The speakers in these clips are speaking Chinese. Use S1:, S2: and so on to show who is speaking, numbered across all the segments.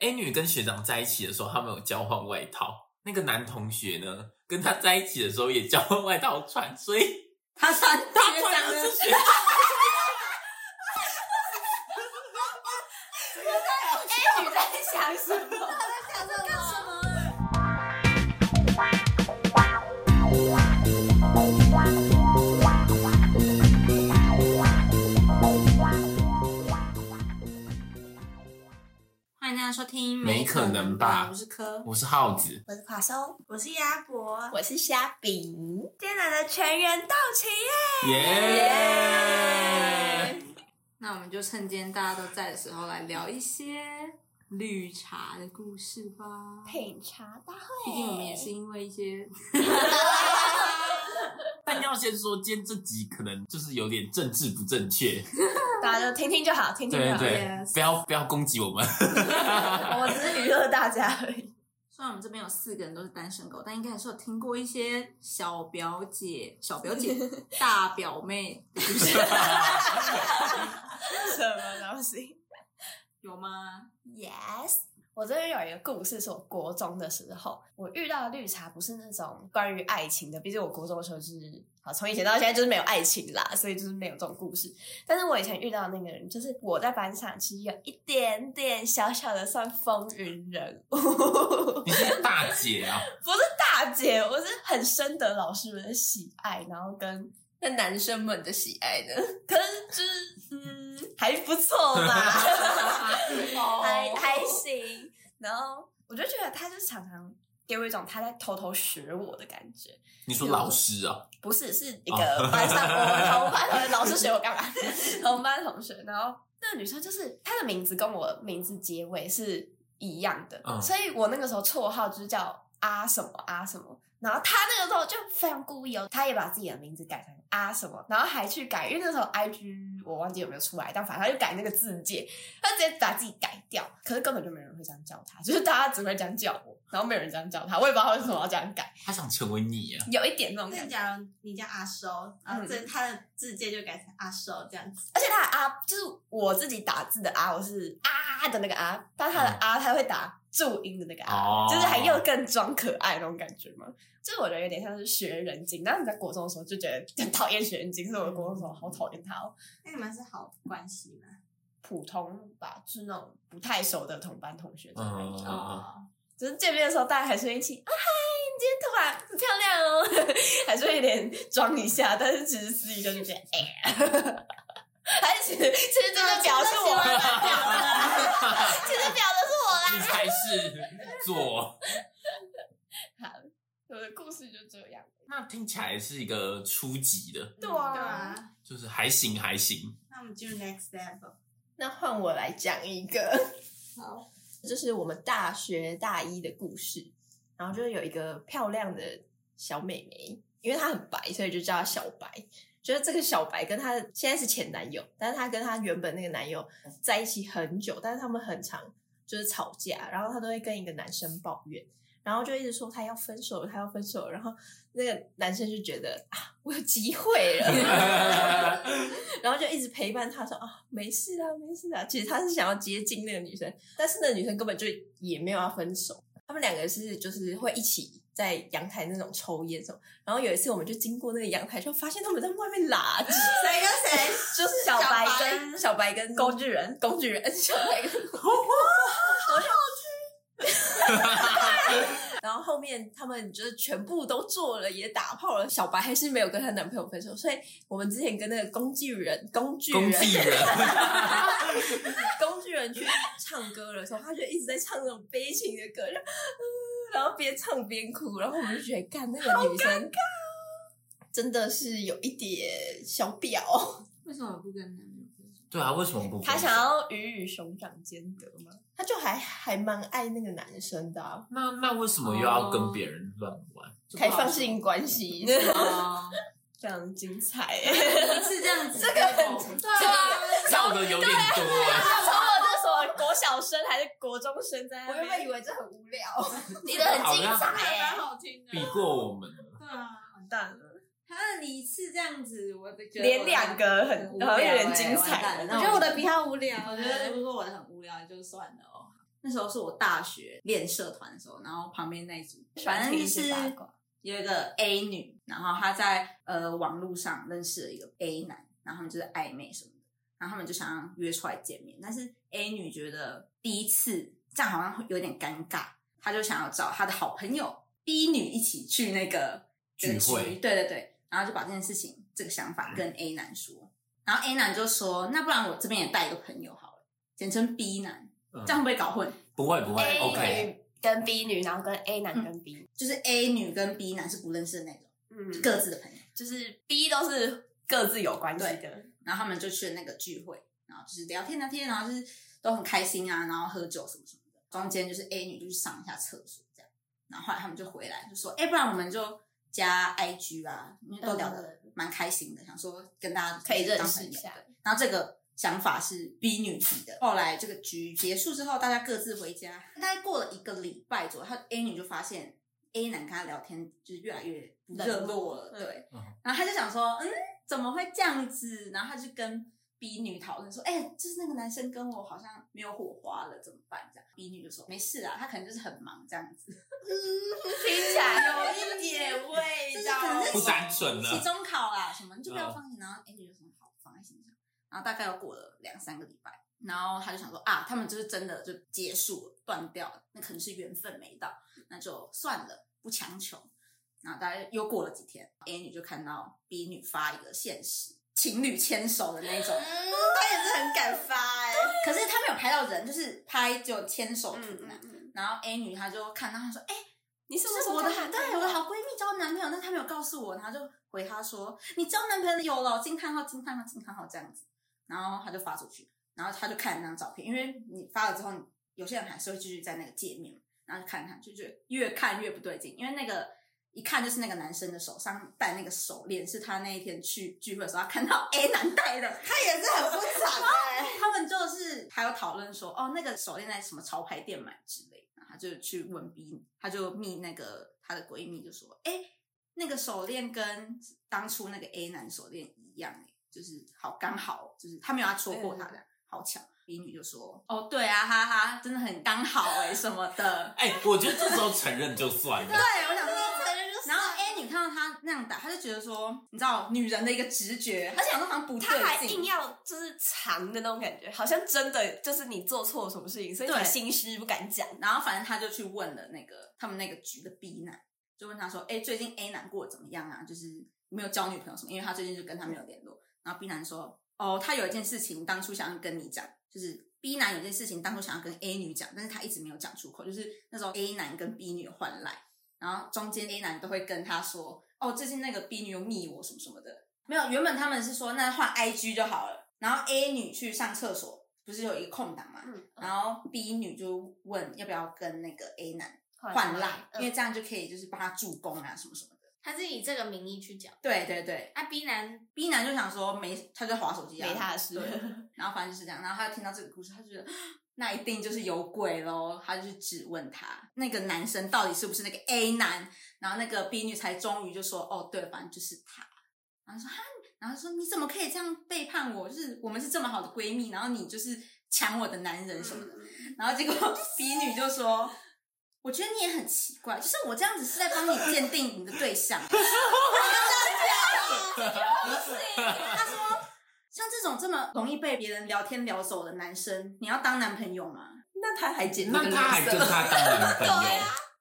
S1: A 女跟学长在一起的时候，他们有交换外套。那个男同学呢，跟他在一起的时候也交换外套穿，所以
S2: 他穿学
S1: 他穿
S2: 长
S1: 的
S2: 的
S1: 是学长。
S3: A 女在想什么？
S2: 欢迎大家收听，
S1: 没可能吧
S2: 我是柯，
S1: 我是耗子，
S3: 我是垮松，
S4: 我是鸭脖，
S3: 我是虾饼。
S4: 艰难的全员到齐耶！
S1: 耶、
S2: 那我们就趁今天大家都在的时候来聊一些绿茶的故事吧。
S3: 品茶大会，
S2: 毕竟我们也是因为一些
S1: 但要先说，今天这集可能就是有点政治不正确，
S3: 大家就听听就好，听听就
S1: 对
S3: 好。
S1: 对，
S2: Yes
S1: 不要不要攻击我们。
S3: 我只是娱乐大家而已。
S2: 虽然我们这边有四个人都是单身狗，但应该还是有听过一些小表姐、小表姐、大表妹的故事，
S3: 什么东西
S2: 有吗？
S3: ？Yes，我这边有一个故事，是我国中的时候，我遇到的绿茶不是那种关于爱情的，毕竟我国中的时候就是，好从以前到现在就是没有爱情啦， 所以就是没有这种故事。但是我以前遇到的那个人，就是我在班上其实有一点点小小的算风云人物。
S1: 你是大姐啊，
S3: 不是大姐，我是很深得老师们的喜爱，然后跟
S5: 那男生们的喜爱呢？
S3: 可是就是嗯还不错哦吧， 还还行。然后我就觉得他就常常给我一种他在偷偷学我的感觉，
S1: 你说老师啊，
S3: 不是是一个班上我同班同学，老师学我干嘛？同班同学，然后那个女生就是她的名字跟我名字结尾是一样的，
S1: 嗯
S3: 所以我那个时候绰号就是叫啊什么啊什么。然后她那个时候就非常故意哦，她也把自己的名字改成啊什么，然后还去改，因为那时候 I G 我忘记有没有出来，但反正她就改那个字界，她直接把自己改掉。可是根本就没有人会这样叫她，就是大家只会这样叫我，然后没有人这样叫她，我也不知道为什么要这样改，
S1: 她想成为你啊，
S3: 有一点那种感
S4: 那
S3: 觉。
S4: 假如你叫阿收，然
S2: 嗯
S4: 后这他的字界就改成阿收这样子，
S3: 而且他的啊，就是我自己打字的啊，我是啊的那个啊，但他的啊，他会打注音的那个啊，
S1: 嗯哦
S3: 就是还又更装可爱那种感觉嘛。就是我觉得有点像是学人精，但是在国中的时候就觉得很讨厌学人精，所以我国中的时候好讨厌他哦。
S4: 那你们是好关系吗？
S3: 普通吧，就是那种不太熟的同班同学的那
S1: 嗯
S3: 种，，
S4: 哦，
S3: 只是见面的时候大家还是会一起啊嗨，你今天头发很漂亮哦，还是会有点装一下，但是其实私底下就觉得哎呀。 还是其实其实真的表示我，其实表的是我 啦。
S1: 你才是做。
S3: 好，我的故事就这样。
S1: 那听起来是一个初级的，
S3: 对
S4: 对
S3: 啊，
S4: 啊。
S1: 就是还行还行。
S4: 那我们进入 next level。
S5: 那换我来讲一个，
S4: 好，
S5: 就是我们大学大一的故事。然后就是有一个漂亮的小妹妹，因为她很白，所以就叫她小白。就是这个小白跟她的现在是前男友，但是她跟她原本那个男友在一起很久，但是他们很常就是吵架，然后她都会跟一个男生抱怨，然后就一直说她要分手了，她要分手了。然后那个男生就觉得啊，我有机会 了。然后就一直陪伴她说啊，没事啊，没事啊。其实他是想要接近那个女生，但是那个女生根本就也没有要分手。他们两个是就是会一起在阳台那种抽烟什么。然后有一次我们就经过那个阳台，就发现他们在外面拉扯，
S4: 谁跟谁？
S5: 就是小白跟小白跟工具人，工具人小白跟 工具人。 然后后面他们就是全部都做了，也打炮了。小白还是没有跟她男朋友分手，所以我们之前跟那个工具人、工具
S1: 工
S5: 人、
S1: 具人，
S5: 工具人去唱歌的时候，他就一直在唱那种悲情的歌，然后、嗯然后边唱边哭，然后我们就觉得，干那个女生真的是有一点小婊，
S2: 为什么不跟男朋友分 手？
S1: 对啊，为什么不？
S3: 他想要鱼与熊掌兼得吗？
S5: 他就还还蛮爱那个男生的啊、
S1: 那那为什么又要跟别人乱玩？
S2: 就不好
S5: 开
S2: 说
S5: 放性关系，
S2: 哦，
S3: 非常精 彩、
S2: 是这样子，
S5: 这个很
S2: 对啊，
S1: 造的有点多啊。
S3: 从我这所国小生还是国中生在那
S5: 我
S3: 边，
S5: 原本以为这很无聊，
S3: 你的很精
S1: 好
S3: 彩、
S4: 蛮好听 的。
S1: 比过我们了，
S4: 对啊，
S3: 完蛋了，
S2: 他你一次这样子，我的觉得
S3: 连两个很
S2: 无
S3: 好
S2: 聊
S3: 像有
S2: 欸
S3: 点精
S2: 完蛋
S3: 彩了
S2: 了。那欸
S4: 我觉得我的比较无聊。
S2: 我觉得如果我的很无聊，就算了哦。那时候是我大学练社团的时候，然后旁边那一组，反正就
S3: 听
S2: 是
S3: 八卦，
S2: 有一个 A 女，然后她在呃网络上认识了一个 A 男，然后他们就是暧昧什么的，然后他们就想要约出来见面，但是 A 女觉得第一次这样好像会有点尴尬，她就想要找她的好朋友 B 女一起去那个这个
S1: 聚会嗯
S2: 局对对对，然后就把这件事情这个想法跟 A 男说，然后 A 男就说，那不然我这边也带一个朋友好了，简称 B 男，
S1: 嗯
S2: 这样会不会搞混？
S1: 不会不会
S3: A
S1: ，OK，
S3: 女跟 B 女，然后跟 A 男跟 B，
S2: 就是 A 女跟 B 男是不认识的那种，
S3: 嗯，
S2: 各自的朋友。
S3: 就是 B 都是各自有关系的，
S2: 然后他们就去了那个聚会，然后就是聊天聊天，然后就是都很开心啊，然后喝酒什么什么的。中间就是 A 女就去上一下厕所这样，然后后来他们就回来就说，哎，不然我们就加 IG 啊，因为都聊得蛮开心的，想说跟大家
S3: 嗯可以认
S2: 当
S3: 识
S2: 朋
S3: 一
S2: 友
S3: 下。
S2: 然后这个想法是 B 女提的。后来这个局结束之后，大家各自回家。大概过了一个礼拜左右，她 A 女就发现 A 男跟她聊天就是越来越不热络了，
S3: 冷漠
S2: 对。
S1: 嗯
S2: 然后她就想说，嗯，怎么会这样子？然后她就跟 B 女讨论说，哎、就是那个男生跟我好像没有火花了，怎么办？这样 B 女就说没事啊啦，他可能就是很忙这样子。
S3: 听起来有一点
S2: 就
S3: 味
S2: 是可能是
S1: 不单纯
S2: 期
S1: 了，。
S2: 中考啦什么，你就不要放心。然后 A 女就说好，放在心上。然后大概又过了两三个礼拜，然后他就想说啊，他们就是真的就结束了，断掉了，那可能是缘分没到，那就算了，不强求。然后大概又过了几天，A 女就看到 B 女发一个现实，情侣牵手的那种，
S4: 嗯，他也是很敢发哎、
S2: 可是他没有拍到人，就是拍就牵手图
S3: 嗯
S2: 那样。
S3: 嗯嗯，
S2: 然后 A 女她就看到她说，哎、
S3: 你是
S2: 就
S3: 不是
S2: 是我的
S3: 好
S2: 对我的好闺蜜交男朋友，但她没有告诉我，然后就回她说你交男朋友了，惊叹号惊叹号惊叹号这样子，然后她就发出去，然后她就看那张照片，因为你发了之后，你有些人还是会继续在那个界面嘛，然后就看看，就觉得越看越不对劲，因为那个一看就是那个男生的手上戴那个手链，是他那一天去聚会的时候他看到 A 男戴的，
S4: 他也是很不 爽哎、
S2: 他们就是还有讨论说，哦，那个手链在什么潮牌店买之类的，然后他就去问 B，他就密那个她的闺蜜就说，哎、那个手链跟当初那个 A 男手链一样、欸，就是好刚好，就是他没有要戳破他的，好巧。B 女就说，哦，对啊，哈哈，真的很刚好哎、什么的
S1: 哎、我觉得这时候承认就算了
S2: 对，，我想说。然
S4: 然
S2: 后
S4: 后
S2: A 女看到他那样打，她就觉得说，你知道女人的一个直觉，她想说好像不对
S3: 他还
S2: 劲
S3: 硬，要就是藏的那种感觉，好像真的就是你做错了什么事情，所以
S2: 对
S3: 你心虚不敢讲。
S2: 然后反正他就去问了那个他们那个局的 B 男，就问他说：“哎，最近 A 男过得怎么样啊？就是没有交女朋友什么？因为他最近就跟他没有联络。”然后 B 男说：“哦，他有一件事情当初想要跟你讲，就是 B 男有一件事情当初想要跟 A 女讲，但是他一直没有讲出口。就是那时候 A 男跟 B 女有换来，然后中间 A 男都会跟他说：哦，最近那个 B 女又密我什么什么的。没有，原本他们是说那换 IG 就好了。然后 A 女去上厕所，不是有一个空档嘛？
S3: 嗯
S2: 然后 B 女就问要不要跟那个 A 男换
S3: 换
S2: 赖嗯
S3: 赖，，
S2: 因为这样就可以就是帮他助攻啊什么什么的。
S4: 他是以这个名义去讲，
S2: 对对对
S4: 啊，B 男
S2: ，B 男就想说没，他就划手机啊，
S3: 没他的事。
S2: 对然后反正就是这样，然后他就听到这个故事，他就觉得那一定就是有鬼喽，他就去质问他那个男生到底是不是那个 A 男，然后那个 B 女才终于就说哦对，反正就是他，然后说哈，然后说你怎么可以这样背叛我？就是我们是这么好的闺蜜，然后你就是抢我的男人什么的， 然后结果 B 女就说。我觉得你也很奇怪，就是我这样子是在帮你鉴定你的对象， 像这种这么容易被别人聊天聊走的男生，你要当男朋友吗？
S5: 那他还捡
S1: 那他还跟 他当男朋友，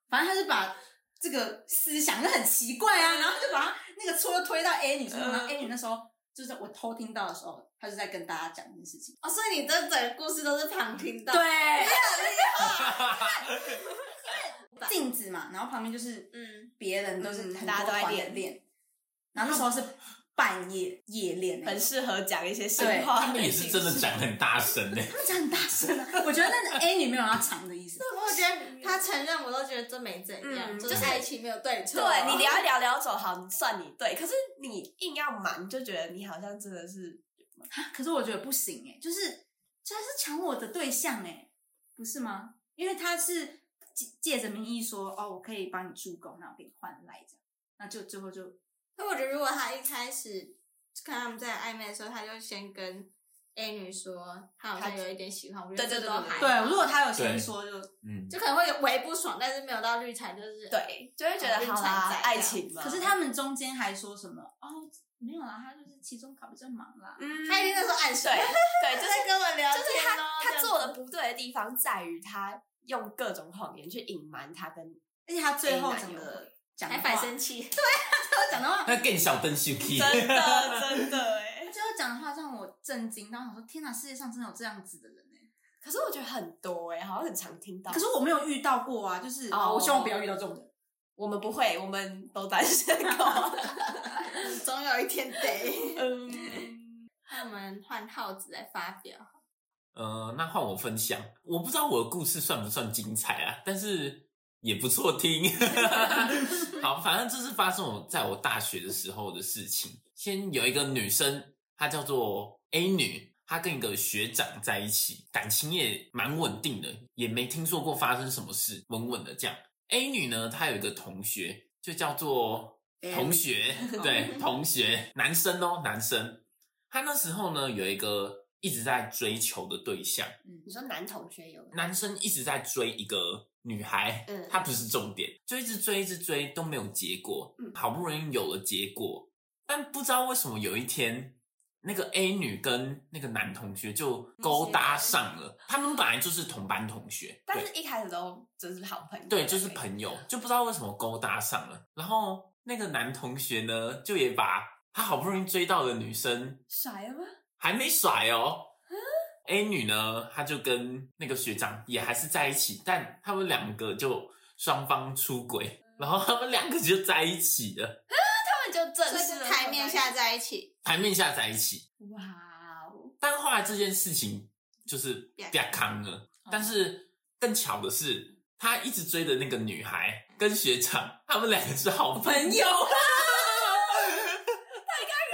S2: 反正他就把这个思想就很奇怪啊，然后就把他那个错推到 A 女身
S3: 嗯
S2: 上。然后 A 女那时候就是我偷听到的时候，她就在跟大家讲这件事情。
S4: 哦，所以你这整个故事都是旁听到，
S2: 对，镜子嘛，然后旁边就是
S4: 嗯，
S2: 别人都是
S3: 嗯
S2: 很
S3: 大家
S2: 多
S3: 都在
S2: 团的
S3: 练
S2: 练，然后那时候是半夜夜练欸那种，
S3: 很适合讲一些神
S2: 对
S3: 话。
S2: 他
S1: 那也是真的讲很大声呢、
S2: 他们讲很大声啊，我觉得那个 A 女没有要藏的 意思。
S4: 我觉得他承认，我都觉得这没怎样，
S3: 嗯
S4: 就是爱情没有对错，
S1: 啊
S4: 哦
S3: 对你聊一聊聊走好，算你对。可是你硬要瞒，就觉得你好像真的是
S2: 啊可是我觉得不行哎、就是这是抢我的对象哎、不是吗？因为他是借借着名义说哦，我可以帮你助攻，然后给你换来这样，那就最后就
S4: 那我觉得如果他一开始看他们在暧昧的时候，他就先跟 A 女说她好像有一点喜欢，我觉
S2: 对
S4: 得
S2: 对
S4: 这
S2: 对
S4: 都还
S2: 对，
S4: 好
S2: 如果他有先
S1: 对
S2: 说就，
S1: 嗯，
S4: 就可能会有微不爽，但是没有到绿茶，就是
S3: 对，就会觉得
S4: 好晕
S3: 好
S4: 船
S3: 啦
S4: 仔，
S3: 爱
S4: 这样
S3: 情嘛。
S2: 哦可是他们中间还说什么哦，没有啦，他就是期中考比较忙啦。
S3: 嗯，
S4: 她一定那时候暗示，
S3: 对对，就是
S4: 在跟我聊
S3: 就
S4: 天
S3: 是
S4: 哦
S3: 他
S4: 这
S3: 他
S4: 样
S3: 做
S4: 子
S3: 的不对的地方在于他用各种谎言去隐瞒他跟
S2: 而且他最后
S3: A 男
S2: 整
S3: 友
S2: 个
S3: 会
S2: 讲的
S4: 还
S2: 话
S4: 反生气，
S2: 他讲的话，
S1: 那更小灯 Suki，
S3: 的 真 的哎
S2: 他。最后讲的话让我震惊到，我想说天哪，世界上真的有这样子的人欸呢、
S3: 可是我觉得很多哎，好像很常听到。
S2: 可是我没有遇到过啊，就是
S3: 哦
S2: 我希望不要遇到这种人。
S3: 我们不会，我们都单身 狗。
S4: 总有一天得。
S3: 嗯，
S4: 那我们换耗子来发表，
S1: 呃，那换我分享，我不知道我的故事算不算精彩啊，但是也不错听。 好，反正这是发生我在我大学的时候的事情。先有一个女生，她叫做 A 女，她跟一个学长在一起，感情也蛮稳定的，也没听说过发生什么事，稳稳的这样。A 女呢，她有一个同学，就叫做
S2: A
S1: 同学， 对，同学，男生哦，男生。他那时候呢，有一个一直在追求的对象，
S3: 你说男同学有
S1: 男生一直在追一个女孩，
S3: 嗯
S1: 他不是重点，就一直追，一直追都没有结果，
S3: 嗯
S1: 好不容易有了结果，但不知道为什么有一天，那个 A 女跟那个男同学就
S3: 嗯
S1: 勾搭上了，他们本来就是同班同学，
S3: 但
S1: 对
S3: 是一开始都就是好朋友，
S1: 对，就是朋友，就不知道为什么勾搭上了。然后那个男同学呢，就也把他好不容易追到的女生
S3: 甩了吗？
S1: 还没甩哦。A 女呢，她就跟那个学长也还是在一起，但他们两个就双方出轨，然后他们两个就在一起了，
S3: 他们就正
S4: 所以
S3: 式
S4: 是
S3: 地
S4: 台面下
S3: 说
S4: 在一起，
S1: 台面下在一起。
S3: 哇哦，
S1: 但后来这件事情就是
S4: 变
S1: 变康了，但是更巧的是，他一直追的那个女孩跟学长，他们两个是好朋友。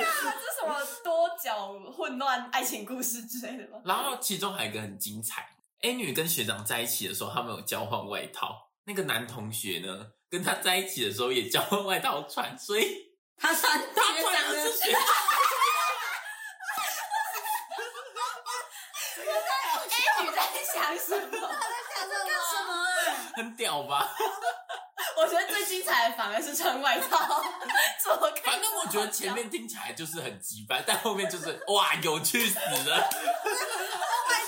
S3: 这是什么多角混乱爱情故事之类的 吗？
S1: 然后其中还有一个很精彩，A 女跟学长在一起的时候，他们有交换外套。那个男同学呢，跟他在一起的时候也交换外套穿，所以
S2: 他穿
S1: 他
S2: 他
S1: 穿
S2: 长
S1: 的
S2: 得
S1: 是学长。
S3: A 女在想什么？
S4: 干
S2: 干什
S4: 么？
S2: 么啊？
S1: 很屌吧？
S3: 我觉得最精彩的反而是穿外套，怎么看？
S1: 反正我觉得前面听起来就是很鸡掰，但后面就是哇，有趣死了。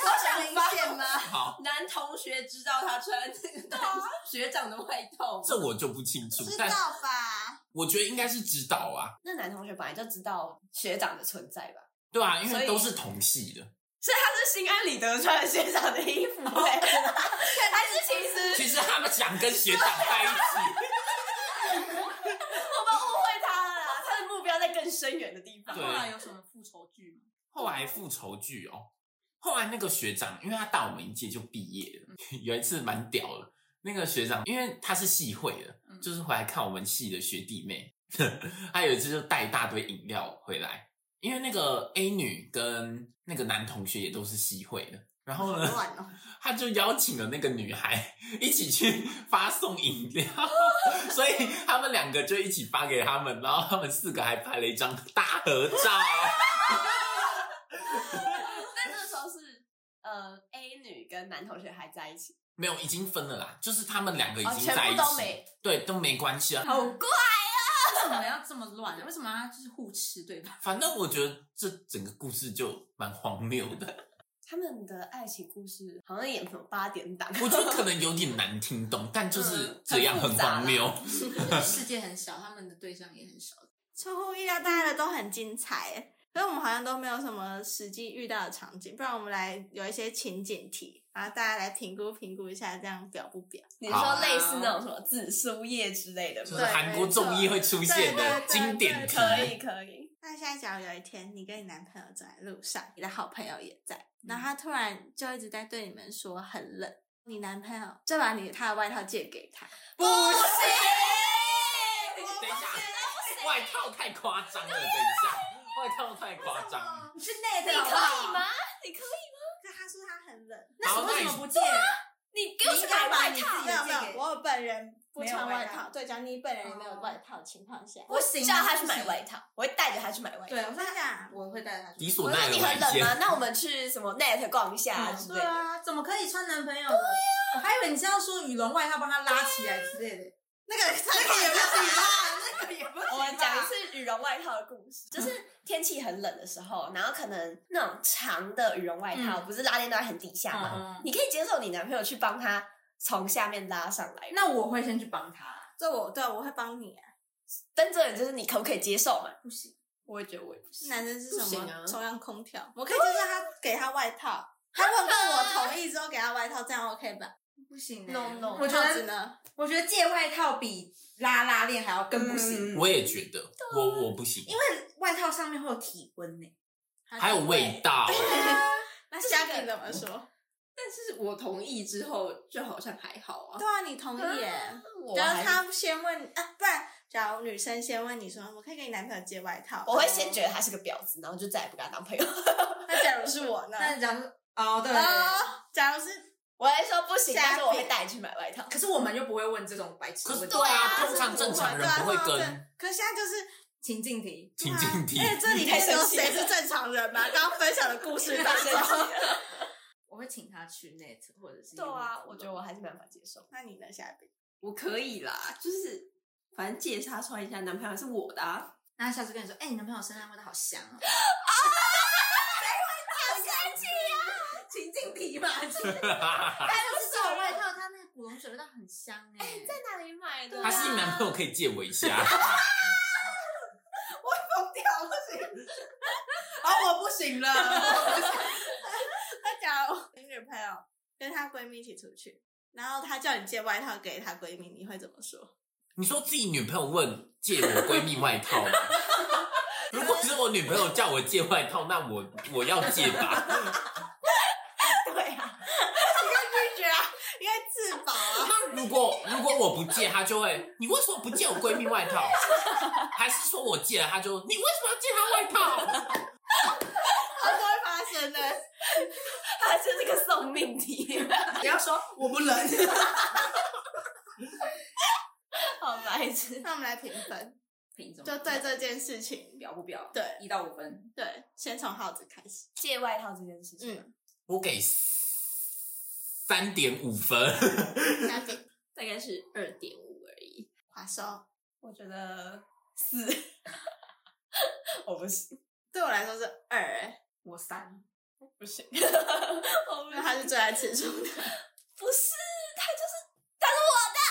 S2: 好想明
S3: 哦
S2: 显吗？
S1: 好，
S5: 男同学知道他穿这个
S3: 啊
S5: 学长的外套吗
S1: 这我就不清楚，
S4: 知
S1: 但
S4: 道 吧？
S1: 我觉得应该是知道啊，
S3: 那男同学本来就知道学长的存在吧？
S1: 对啊，因
S3: 所
S1: 为
S3: 以
S1: 都是同系的。
S3: 所以他是心安理得穿了学长的衣服、欸， 还是其实
S1: 其实他们想跟学长在一起，
S3: 我们误会他了啦，他的目标在更深远的地方。
S1: 对
S2: 后来有什么复仇剧吗？
S1: 后来复仇剧哦。后来那个学长，因为他大我们一届就毕业了， 有一次蛮屌的。那个学长，因为他是系会的，
S2: 嗯
S1: 就是回来看我们系的学弟妹， 他有一次就带一大堆饮料回来，因为那个 A 女跟那个男同学也都是系会的，然后呢，
S4: 乱哦，
S1: 他就邀请了那个女孩 一起去发送饮料， 所以他们两个就一起发给他们，然后他们四个还拍了一张大合照。
S3: 但那时候是呃 A 女跟男同学还在一起，
S1: 没有，已经分了啦，就是他们两个已
S3: 哦，
S1: 经
S3: 全
S1: 在一
S3: 部
S1: 起，
S3: 都没，
S1: 对，都没关系啊。
S3: 好怪。
S2: 为什么要这么乱啊？为什么要就是互吃对吧？
S1: 反正我觉得这整个故事就蛮荒谬的，
S3: 他们的爱情故事好像演什么八点档，
S1: 我觉得可能有点难听懂，但就是这样
S3: 嗯很
S1: 很
S3: 复杂啦
S1: 荒谬。
S2: 世界很小，他们的对象也很少。
S4: 出乎意料，大家的都很精彩耶，所以我们好像都没有什么实际遇到的场景。不然我们来有一些情景题，然后大家来评估评估一下，这样表不表？
S3: 你说类似那种什么紫苏叶之类的
S1: 就
S3: 吗？
S1: 是韩国综艺会出现
S4: 对对
S1: 的
S4: 对
S1: 经典题，
S3: 可以可以，
S4: 那现在假如有一天你跟你男朋友走在路上，你的好朋友也在，然后他突然就一直在对你们说很冷，你男朋友就把你他的外套借给他，哦
S3: 不行，
S1: 哎等一下，外套太夸张了，等一下，外套太夸张了。
S2: 你是内
S3: 你
S2: 的好不
S3: 可
S2: 好
S3: 以吗？？
S4: 可他说他很冷，
S2: 那
S1: 好
S2: 你为
S1: 那
S2: 什
S1: 你
S2: 么不借？
S3: 你给
S2: 你
S3: 我
S2: 应
S3: 去
S2: 该
S3: 买
S2: 把
S3: 外
S2: 你自
S3: 套
S2: 己
S4: 没。有没
S2: 借给
S4: 有，我有备本人不
S2: 没有
S4: 穿
S2: 外
S4: 外
S2: 套
S4: 套，对，讲你本人也没有外套的情况下，
S2: 不行
S3: 叫
S2: 啊
S3: 他去
S2: 不
S3: 买
S2: 行
S3: 外套，我会带着他去买外套。
S2: 对，我说
S4: 真假
S2: 我会带他去。
S1: 迪
S3: 我
S1: 索
S3: 说
S1: 奈
S3: 你
S1: 尔
S3: 很
S1: 晚
S3: 冷吗？
S1: 间，
S3: 那我们去什么 Net 逛一下之类
S2: 对
S3: 的。
S2: 啊，怎么可以穿男朋友的？
S3: 啊
S2: 我还以为你是要说羽绒外套帮他拉起来之类的。
S4: 那 个那个也不行
S2: 啊
S4: 啦，那个也不行吧。
S3: 我们讲一次羽绒外套的故事，就是天气很冷的时候，然后可能那种长的羽绒外套、不是拉链都在很底下嘛，
S2: 嗯嗯，
S3: 你可以接受你男朋友去帮他从下面拉上来，
S2: 那我会先去帮他。
S4: 这我对我会帮你啊。
S3: 但这点就是你可不可以接受嘛？
S2: 不行，
S3: 我也觉得我也不行。
S4: 男生是
S3: 不
S4: 什
S3: 行啊
S4: 么中央空调？我可以接受他给他外套，他问过我同意之后给他外套，这样 OK 吧？
S2: 不行、欸。
S3: No, no
S2: 我觉
S4: 套子
S2: 得
S4: 呢？
S2: 我觉得借外套比拉拉链还要更不行，
S1: 我也觉得我我不行，
S2: 因为外套上面会有体温呢、
S1: 还有味。道，
S4: 那虾饼怎么说？
S6: 但是我同意之后，就好像还好啊
S4: 对。啊，你同意耶？
S3: 我
S4: 然后
S3: 还
S4: 他先问啊，不然假如女生先问你说，我可以给你男朋友借外套吗，
S3: 我会先觉得他是个婊子，然后就再也不跟他当朋友。
S4: 那假如是我呢？
S2: 但假如哦对
S4: 哦，假如是
S3: 我还说不行，
S4: 下
S3: 但是我会
S4: 面
S3: 带你去买外套。
S2: 可是我们又不会问这种白痴
S1: 可
S2: 的
S1: 是
S2: 问题。
S1: 对啊，
S4: 啊
S1: 通常正常人
S4: 对啊
S1: 不会
S4: 通常
S1: 跟
S4: 正可是现在就是
S2: 情境题，
S1: 情境 题
S4: 对啊哎，这里面有谁是正常人吗？刚刚分享的故事当中，
S2: 我会请他去 net 或者是
S3: 对啊，我觉得我还是没办法接受。
S4: 嗯那你呢，夏饼？
S6: 我可以啦，就是反正借他穿一下，男朋友是我的、啊。
S2: 那他下次跟你说，哎、你男朋友身上味道好香哦。情境 题吧，情境题但是这种外套，它那个古龙水味道很香哎、
S3: 在哪里买的
S4: 啊
S1: 还是你男朋友可以借我一下，
S6: 哦，我不行了。
S4: 那假如你女朋友跟她闺蜜一起出去，然后她叫你借外套给她闺蜜，你会怎么说？
S1: 你说自己女朋友问借我闺蜜外 套吗？如果是我女朋友叫我借外套，那我我要借吧。
S3: 对啊，
S4: 拒绝啊，应该自保啊。
S1: 那如果如果我不借，她就会你为什么不借我闺蜜外套？还是说我借了，她就你为什么要借她外套？
S4: 好多会发生的，
S3: 他就是个送命 题，
S6: 不要说我不冷，
S3: 好白痴。
S4: 那我们来评分，
S2: 品种
S4: 就对这件事情，
S2: 表不表？
S4: 对
S2: 一到五分。
S4: 对，先从耗子开始。
S3: 借外套这件事情，啊
S4: 嗯，
S1: 我给三点五 分，
S4: 夏饼，
S6: 大概是二点五而已。
S4: 华收，
S3: 我觉得 是，我不行，
S4: 对我来说是二、欸，
S2: 我三，
S3: 不行，我不
S4: 因为他是最爱吃醋的。
S3: 不是他就是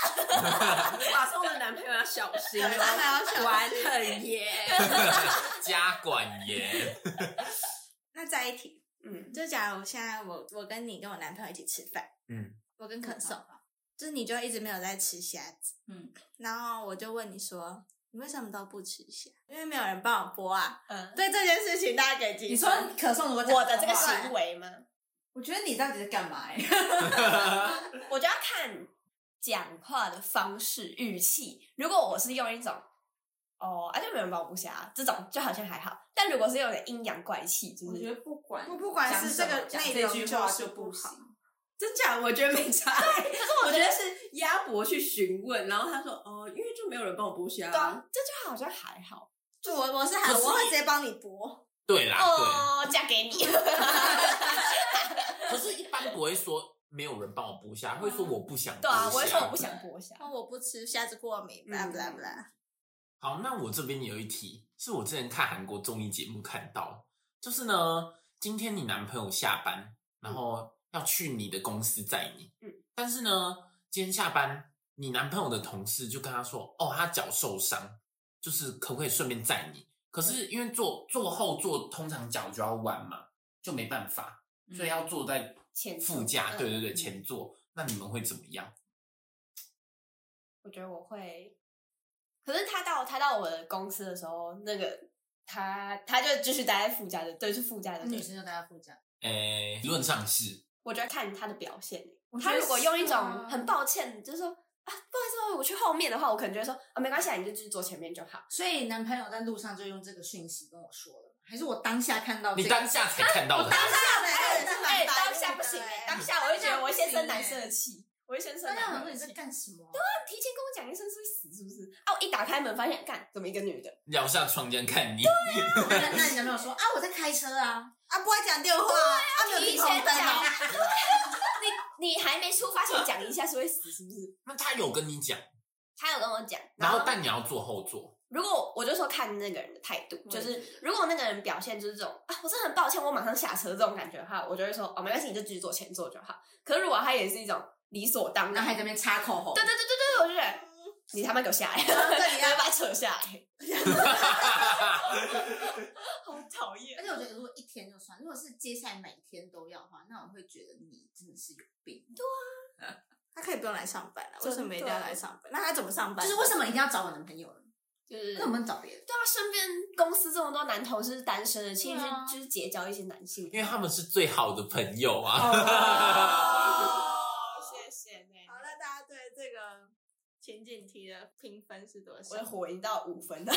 S6: 马上我的男朋友要小心
S4: 对他还要小心
S6: 哦，玩很严。
S1: 加管严。
S4: 那再一题，
S3: 嗯，
S4: 就假如现在我我跟你跟我男朋友一起吃饭，
S1: 嗯，
S4: 我跟可颂，就是你就一直没有在吃虾子，
S2: 嗯，
S4: 然后我就问你说，你为什么都不吃虾？因为没有人帮我剥啊。
S3: 嗯
S4: 对这件事情，大家给几分？
S2: 你说可颂如果讲
S3: 我的这个
S2: 话
S3: 行为吗？
S2: 我觉得你到底在干嘛、欸？
S3: 我就要看讲话的方式、语气。如果我是用一种哦，啊就没人帮我不下这种，就好像还好；但如果是有点阴阳怪气，就
S2: 我觉
S3: 是
S2: 得不管
S4: 不不管是这个
S2: 讲什么
S4: 内容
S2: 讲这句话
S4: 就是
S2: 就
S4: 不
S2: 不
S4: 好
S2: 行。
S6: 真假？我觉得没差。可是我觉得是鸭脖去询问，然后他说：“哦，因为就没有人帮我剥虾。”
S3: 对啊，这就好像还好。
S4: 就我我是还
S1: 可是
S4: 我会直接帮你 剥，
S1: 对啦，
S3: 哦，嫁给你，
S1: 对。可是，一般不会说没有人帮我剥虾，会说我不想剥虾。
S3: 对啊，我会说我不想剥虾。
S4: 哦，我不吃虾子过敏，不啦不啦不啦。
S1: 好，那我这边有一题，是我之前看韩国综艺节目看到，就是呢，今天你男朋友下班，然后要去你的公司载你，嗯，但是呢，今天下班，你男朋友的同事就跟他说，哦，他脚受伤，就是可不可以顺便载你？可是因为坐坐后座通常脚就要弯嘛，就没办法，
S2: 嗯
S1: 所以要坐在
S3: 前座
S1: 副驾，
S3: 嗯
S1: 对对对，
S3: 嗯
S1: 前座。那你们会怎么样？
S3: 我觉得我会，可是他到他到我的公司的时候，那个他他就继续待在副驾的，对，是副驾的。
S2: 女
S3: 对，
S2: 生就待在副驾，
S1: 诶，理论上是，
S3: 我觉得看他的表现。
S2: 觉
S3: 他
S2: 得
S3: 如果用一
S2: 是啊
S3: 种很抱歉，就是说啊，不好意思，我去后面的话，我可能就会说啊，没关系，啊，你就继续坐前面就好。
S2: 所以男朋友在路上就用这个讯息跟我说了，还是我当下看哦到、这
S1: 你
S2: 个
S1: 当下才看到的。
S4: 当下的
S3: 哎
S4: 也是蛮
S3: 哎，
S4: 白
S3: 当
S4: 目
S3: 下
S4: 的
S3: 不行哎
S4: 哎，
S2: 欸
S3: 当下我就觉得我先生
S2: 当
S3: 难
S2: 下不行哎
S3: 色气，
S5: 我会先生
S2: 大家想
S5: 男
S2: 说
S5: 友
S2: 你在
S5: 气，
S2: 干什么？啊
S5: 提前跟我讲一声是会死是不是？
S3: 啊
S5: 哦、一打开门发现，干怎么一个女的？
S1: 撩下窗间看你，
S2: 那那你男朋友说啊，我在开车啊，
S4: 啊，不会讲电话，啊，没有
S5: 提
S4: 停
S5: 前
S4: 红灯
S5: 讲
S4: 啊，，
S5: 你你还没出发前讲一下是会死是不是？
S1: 那他有跟你讲，
S5: 他有跟我讲，
S1: 然后但你要坐后座，
S5: 如果我就说看那个人的态度，
S2: 我也
S5: 就是
S2: 觉得
S5: 嗯如果那个人表现就是这种啊，我真的很抱歉，我马上下车这种感觉的话，我就会说哦，没关系，你就继续坐前座就好。可是如果他也是一种理所当
S2: 然
S5: 然，
S2: 后还在那边擦口红
S5: 对，对对对对，我就觉得你他妈给我下来，
S4: 对你
S5: 要
S4: 要
S5: 把他扯下来，嗯 好讨厌。
S2: 而且我觉得如果一天就算，如果是接下来每天都要的话，那我会觉得你真的是有病。
S4: 他可以不用来上班了，为什么一定
S3: 啊
S5: 真
S4: 要
S5: 的
S4: 来上班？那他怎么上班？
S2: 就是为什么一定要找我男朋友呢？
S5: 就是
S2: 为什么不能找别人？
S5: 对啊，身边公司这么多男同事是单身的，其实
S2: 对啊
S5: 就是结交一些男性，
S1: 因为他们是最好的朋友啊。
S5: 哦谢谢妹
S4: 好，那大家对这个情景题的评分是多
S5: 我
S4: 少
S5: 的？火已经到五分了。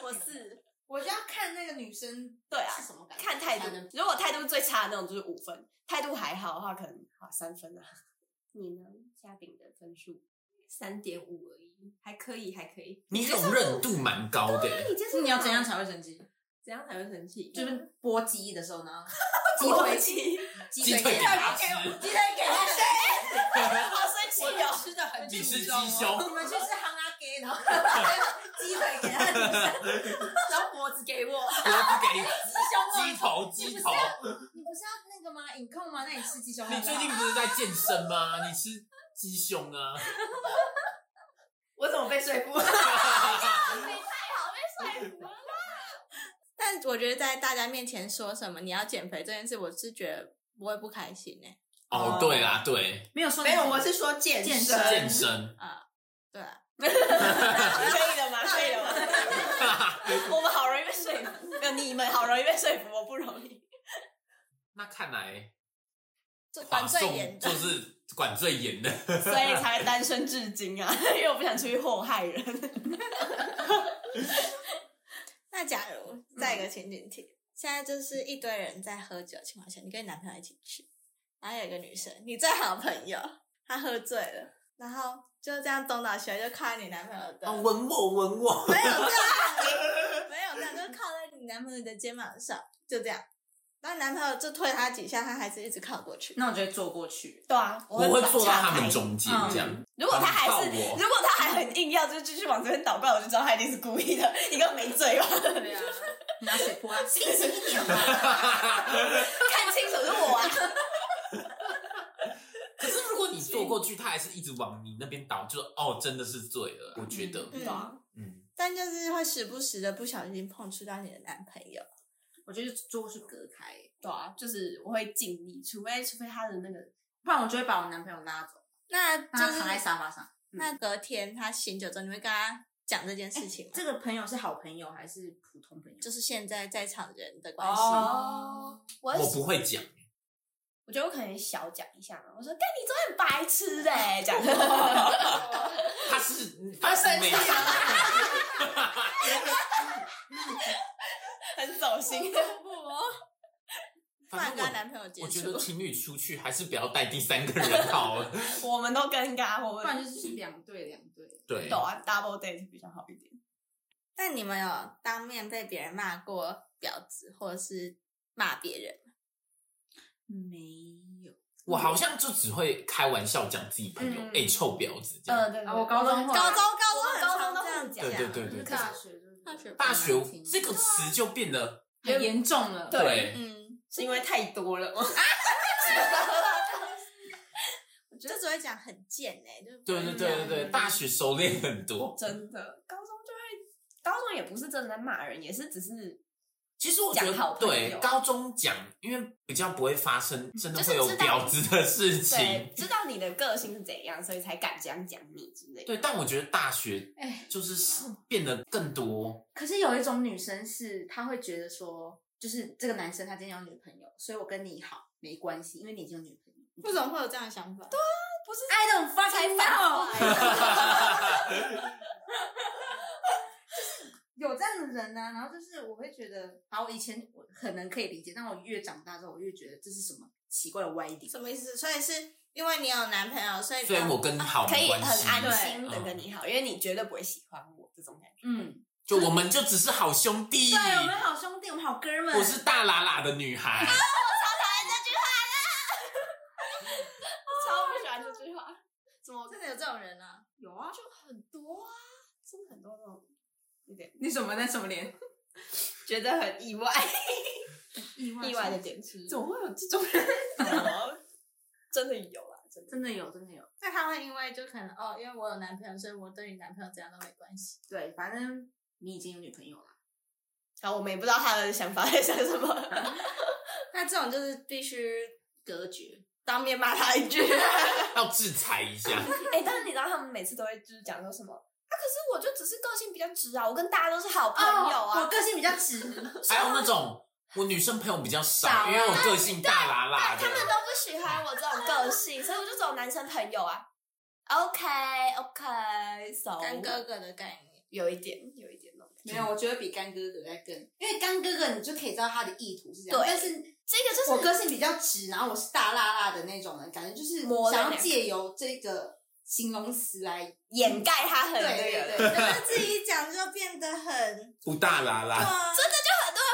S4: 我是
S2: 我就要看那个女生
S5: 对啊
S2: 是什么感觉，
S5: 看态
S2: 才能
S5: 度，如果态度最差的那种就是五分，态度还好的话可能啊三分 啊。你呢？嘉炳的分数
S7: 三点五而已，还可以，还可以。
S1: 你这种热度蛮高的、
S5: 你接受
S2: 你要怎样才会生气？
S7: 怎样才会生气？
S2: 就是剥鸡的时候呢，鸡腿鸡
S1: 鸡
S2: 腿
S1: 腿
S2: 给
S1: 给他
S2: 他，
S1: 吃，
S2: 鸡腿给他吃。
S5: 好生气哦！
S7: 吃的很
S1: 你是鸡胸，
S2: 你们去吃行阿给，然后鸡腿给他女生，
S7: 然后脖子给我，
S1: 脖子给
S2: 鸡胸
S1: 鸡头鸡头。
S2: 你不是要那个吗？引控吗？那你吃鸡胸
S1: 你最近不是在健身吗？你吃鸡胸啊？
S7: 我怎么被说 服？
S4: 但我觉得在大家面前说什么你要减肥这件事，我是觉得不会不开心呢、
S1: 哦，嗯对啦，对，
S2: 没有说
S7: 没有，我是说健
S2: 健
S7: 身
S2: 身
S1: 健身。
S4: 对啊，
S5: 可以了吗？可以了吗？我们好容易被说服，没有你们好容易被说服，我不容易。
S1: 那看来
S4: 就管
S1: 华
S4: 最
S1: 颂
S4: 严
S1: 就
S4: 的。
S1: 是管最严的。
S5: 所以才单身至今啊，因为我不想出去祸害人。
S4: 那假如再一个情景题，现在就是一堆人在喝酒的情况下，你跟你男朋友一起去，然后有一个女生，你最好的朋友，她喝醉了，然后就这样东倒西歪，就靠在你男朋友的。
S1: 啊，吻我，吻我。
S4: 没有这样，没有这样，就是靠在你男朋友的肩膀上，就这样。然后男朋友就推他几下，他还是一直靠过去。
S2: 那我就会坐过去，
S5: 对啊，
S1: 我会坐到他们
S5: 中。
S1: 中间这样。
S5: 如果他还是，
S1: 绑到我
S5: 如果他还很硬要，就继续往这边倒灌，我就知道他一定是故意的，一个没嘴巴，
S2: 对 啊，拿水泼啊，清醒一点嘛。
S5: 看清楚是我啊。
S1: 可是如果你坐过去，他还是一直往你那边倒，就哦，真的是醉了。我觉得，
S4: 嗯
S5: 对啊
S1: 嗯，
S4: 但就是会时不时的不小心碰触到你的男朋友。
S2: 我就是坐过去隔开，
S5: 对啊，就是我会尽力，除非除非他的那个，
S2: 不然我就会把我男朋友拉走，
S4: 那
S2: 让
S4: 就
S2: 他
S4: 是
S2: 躺在沙发上。
S4: 那隔天他醒酒之后，你会跟他讲这件事情吗？
S2: 这个朋友是好朋友还是普通朋友？
S4: 就是现在在场人的关系。
S5: 哦，我
S1: 我不会讲。
S5: 我觉得我可能小讲一下嘛，我说，但你昨天很白痴的、欸，这样。
S1: 他是他是没
S5: 很走 心。
S4: 不然
S1: 反正
S4: 跟他
S1: 我
S4: 男朋友接
S1: 我觉得
S4: 触。
S1: 情侣出去还是不要带第三个人好了。
S5: 我们都尴尬，我
S2: 不
S5: 们
S2: 然就是两对两对。
S1: 对，
S5: 懂啊，double date 比较好一点。
S4: 那你们有当面被别人骂过婊子，或者是骂别人？
S2: 没有，
S1: 我好像就只会开玩笑讲自己朋友，
S5: 嗯呃
S1: 哎，臭婊子这样。
S5: 对
S2: 啊我高中后来
S4: 高中高
S5: 我
S4: 中很
S5: 们高
S4: 常
S5: 中都
S4: 这样
S5: 很
S4: 讲，
S1: 对对对对对。
S2: 大学就是
S4: 大学
S1: 大学
S2: 很难听
S1: 这个词就变得
S2: 很严重了。
S5: 对
S1: 对，
S4: 嗯，
S5: 是因为太多了吗？
S4: 就只会讲很贱哎、就
S1: 对对对对对，大学收敛很多。
S5: 真的，高中就会，高中也不是真的在骂人，也是只是
S1: 其实我觉
S5: 讲好
S1: 得
S5: 朋友
S1: 对高中讲，因为比较不会发生真的
S5: 就是
S1: 会有
S5: 知道
S1: 婊子的事
S5: 对
S1: 情。
S5: 知道你的个性是怎样，所以才敢这样讲你之类的。
S1: 对，但我觉得大学
S2: 哎
S1: 就是变得更多。
S2: 可是有一种女生是，她会觉得说，就是这个男生他今天有女朋友，所以我跟你好没关系，因为你已经有女朋友。
S4: 为什么会有这样的想法？对，
S2: I don't
S5: 才
S2: fucking
S5: 反过
S2: know，
S5: 来，
S2: 有这样的人呢、然后就是我会觉得，好，我以前我可能可以理解，但我越长大之后，我越觉得这是什么奇怪的歪理。
S4: 什么意思？所以是因为你有男朋友，所以
S1: 虽然我跟好
S3: 可
S1: 没
S3: 以
S1: 关
S3: 很
S1: 系，
S3: 安心的
S1: 嗯
S3: 跟你好，因为你绝对不会喜欢我这种感觉。
S2: 嗯，
S1: 就我们就只是好兄弟。
S2: 对我们好兄弟，我们好哥们。
S1: 我是大喇喇的女孩，
S3: 超不喜欢这句 话，怎么
S4: 真的有这种人啊？
S3: 有啊？就很多啊，真的很多那种，有点
S2: 你什么那什么脸？
S5: 觉得很意外，
S2: 意
S5: 意外的点是，
S3: 总会有这种人。
S5: 真的有啊，真的。
S2: 真的有，真的有。
S4: 那他会因为就可能哦，因为我有男朋友，所以我对你男朋友怎样都没关系。
S2: 对，反正你已经有女朋友了。
S5: 然后我们也不知道他的想法在想什么，
S4: 那这种就是必须
S2: 隔绝，
S5: 当面骂他一句。
S2: 哦
S1: 要制裁一下。
S3: 哎、但是你知道他们每次都会就是讲说什么？啊，可是我就只是个性比较直啊，我跟大家都是好朋友啊。
S2: 我
S5: 哦
S2: 个性比较直，
S1: 还有那种我女生朋友比较少，
S2: 少啊
S1: 因为我个性大喇
S3: 对，
S1: 喇
S3: 他们
S1: 的。
S3: 都不喜欢我这种个性，所以我就走男生朋友啊。OK OK，so
S4: 干哥哥的概念。
S5: 有一点，有一点哦那种感觉。
S2: 没有，我觉得比干哥哥还更，因为干哥哥你就可以知道他的意图是这样，
S3: 对
S2: 但是
S3: 这个就是
S2: 我个性比较直，然后我是大辣辣的那种人，感觉就是
S3: 摸了
S2: 想
S3: 两
S2: 要
S3: 个
S2: 借由这个形容词来，
S3: 掩盖他很
S2: 对
S3: 那
S2: 对
S3: 个人。
S2: 对，对
S4: 可是自己讲就变得很，啊
S1: 不大喇喇，
S4: 哇，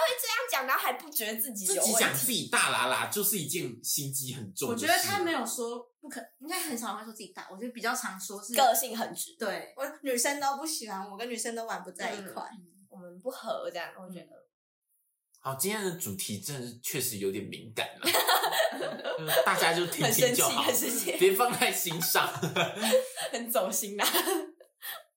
S3: 会这样讲，然后还不觉得自己
S1: 自
S3: 有
S1: 己
S3: 问
S1: 讲
S3: 题。
S1: 自己大喇喇就是一件心机很重
S2: 我
S1: 的事。
S2: 觉得他没有说不可，应该很少会说自己大，我觉得比较常说是
S3: 个性很直，
S2: 对，嗯
S4: 我女生都不喜欢我，跟女生都玩不在一
S5: 嗯
S4: 块。
S3: 我们不合这样，我觉得。
S1: 好，今天的主题真的是确实有点敏感了，嗯大家就听
S5: 很
S1: 听
S5: 生气，
S1: 就好
S5: 很，生气，
S1: 别放在心上。
S5: 很走心啊啦。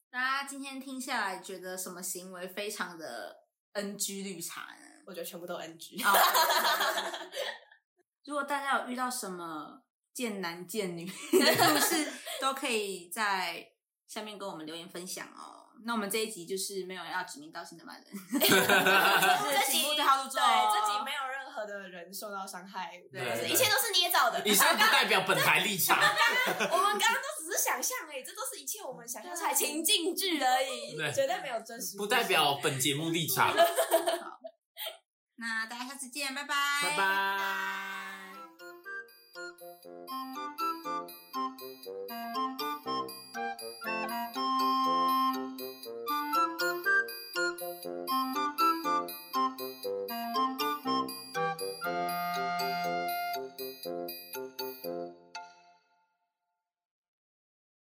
S2: 大家今天听下来觉得什么行为非常的 NG 绿茶呢？
S5: 我觉得全部都 NG。
S2: 哦如果大家有遇到什么贱男贱 女的故事，都可以在下面跟我们留言分享哦。那我们这一集就是没有要指名道姓的 骂人，就是请勿对号入座哦。
S5: 对，这集没有任何的人受到伤害，
S1: 对
S5: 或是
S1: 对
S5: 一切都是捏造的。
S1: 以上不代表本台立场。
S5: 我们刚刚都只是想象而已，这都是一切我们想象出来情境剧而已，
S1: 对
S5: 绝对没有真实。
S1: 不代。表本节目立场。
S2: 那大家下次见，拜拜，
S1: 拜拜。